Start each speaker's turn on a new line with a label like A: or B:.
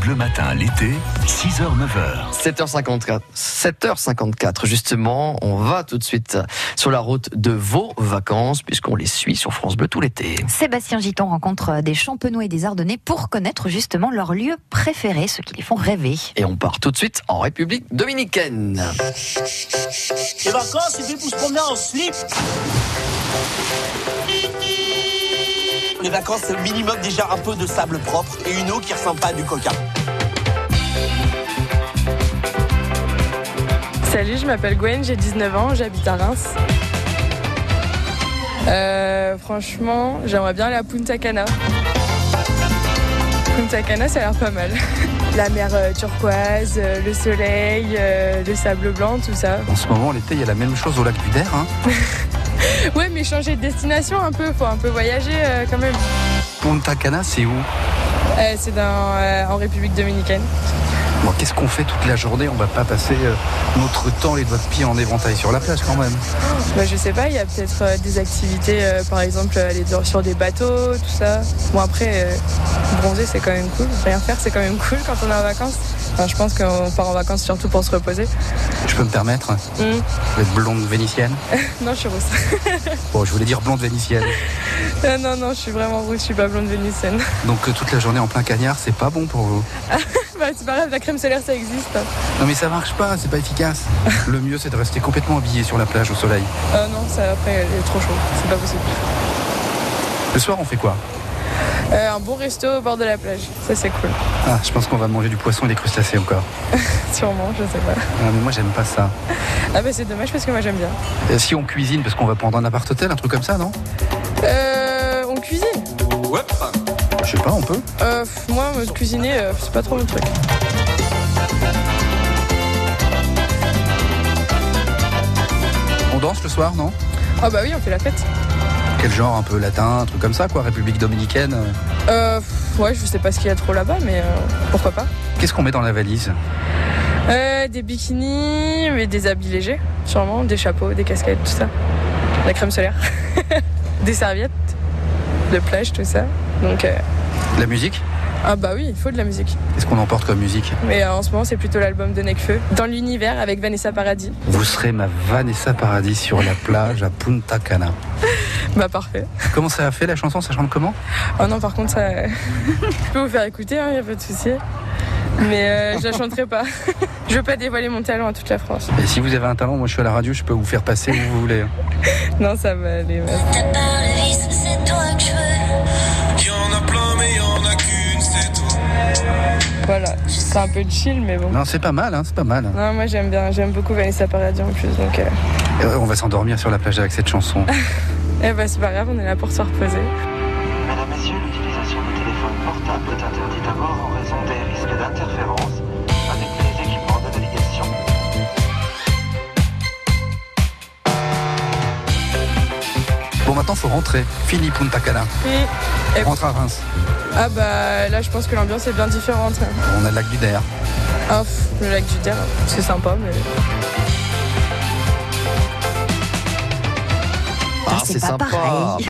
A: Bleu Matin l'été, 6h, 9h.
B: 7h54, 7h54 justement, on va tout de suite sur la route de vos vacances puisqu'on les suit sur France Bleu tout l'été.
C: Sébastien Giton rencontre des champenois et des ardennais pour connaître justement leurs lieux préférés, ceux qui les font rêver.
B: Et on part tout de suite en République dominicaine.
C: Ah,
D: Les vacances, c'est fait pour se promener en slip. Les vacances, c'est le minimum déjà un peu de sable propre et une eau qui ressemble pas à du coca.
E: Salut, je m'appelle Gwen, j'ai 19 ans, j'habite à Reims. Euh, franchement, j'aimerais bien aller à Punta Cana. Punta Cana, ça a l'air pas mal. La mer euh, turquoise, euh, le soleil, euh, le sable blanc, tout ça.
F: En ce moment, l'été, il y a la même chose au lac du Der. hein.
E: Ouais, mais changer de destination un peu, faut un peu voyager euh, quand même.
F: Punta Cana, c'est où
E: Euh, c'est dans, euh, en République dominicaine.
F: Bon, Qu'est-ce qu'on fait toute la journée On va pas passer euh, notre temps les doigts de pied en éventail sur la plage quand même.
E: Bah, je sais pas, il y a peut-être euh, des activités, euh, par exemple euh, aller dans- sur des bateaux, tout ça. Bon après, euh, bronzer c'est quand même cool. Rien faire c'est quand même cool quand on est en vacances. Enfin, je pense qu'on part en vacances surtout pour se reposer.
F: Je peux me permettre
E: Hmm.
F: d'être blonde vénitienne
E: Non, je suis rousse.
F: Bon, je voulais dire blonde vénitienne.
E: Euh, non, non, je suis vraiment rousse, je suis pas blonde vénitienne.
F: Donc euh, toute la journée en plein cagnard, c'est pas bon pour vous.
E: bah, c'est pas grave, la crème solaire ça existe.
F: Non mais ça marche pas, c'est pas efficace. Le mieux, c'est de rester complètement habillé sur la plage au soleil.
E: Euh, non, ça, après, il est trop chaud, c'est pas possible.
F: Le soir, on fait quoi
E: Euh, un bon resto au bord de la plage, ça c'est cool.
F: Ah, je pense qu'on va manger du poisson et des crustacés encore.
E: Sûrement, je sais pas.
F: Ah, mais moi, j'aime pas ça.
E: Ah bah c'est dommage parce que moi j'aime bien.
F: Euh, si on cuisine, parce qu'on va prendre un appart-hôtel, un truc comme ça, non
E: Euh, on cuisine
F: Je sais pas, on peut.
E: Euh, pff, moi, me cuisiner, euh, c'est pas trop mon truc.
F: On danse le soir, non
E: Ah bah oui, on fait la fête.
F: Quel genre un peu latin, un truc comme ça quoi, République dominicaine. euh.
E: Euh, pff, ouais, je sais pas ce qu'il y a trop là-bas, mais euh, pourquoi pas.
F: Qu'est-ce qu'on met dans la valise
E: Euh, des bikinis, mais des habits légers, sûrement, des chapeaux, des casquettes, tout ça. La crème solaire. des serviettes de plage, tout ça. Donc, euh,
F: De La musique
E: ah bah oui, il faut de la musique.
F: Qu'est-ce qu'on emporte comme musique
E: Mais euh, en ce moment, c'est plutôt l'album de Necfeu, Dans l'univers, avec Vanessa Paradis.
F: Vous serez ma Vanessa Paradis sur la plage à Punta Cana.
E: Bah parfait.
F: Comment ça a fait la chanson Ça chante comment
E: Oh non, par contre, ça... je peux vous faire écouter, hein, y a pas de souci. Mais euh, je la chanterai pas. je veux pas dévoiler mon talent à toute la France.
F: Et si vous avez un talent, moi je suis à la radio, je peux vous faire passer où vous voulez. hein.
E: Non, ça va aller. ouais.
G: T'as pas le vice, c'est toi que je veux.
H: Y'en a plein, mais y'en a qu'une, c'est toi.
E: Voilà, c'est un peu chill, mais bon.
F: Non, c'est pas mal, hein, c'est pas mal.
E: Non, moi j'aime bien, j'aime beaucoup Vanessa Paradis en plus, donc euh,
F: Euh, on va s'endormir sur la plage avec cette chanson.
E: eh ben, c'est pas grave, on est là pour se reposer.
I: Mesdames, Messieurs, l'utilisation du téléphone portable est interdite à bord en raison des risques d'interférence avec les équipements de navigation.
F: Bon, maintenant faut rentrer. Fini Punta Cana.
E: Et-
F: On rentre à Reims.
E: ah bah là, je pense que l'ambiance est bien différente. hein.
F: On a le lac du Der.
E: Ah, pff, le lac du Der, c'est sympa, mais.
B: Ah, Ah,
C: c'est pas pareil.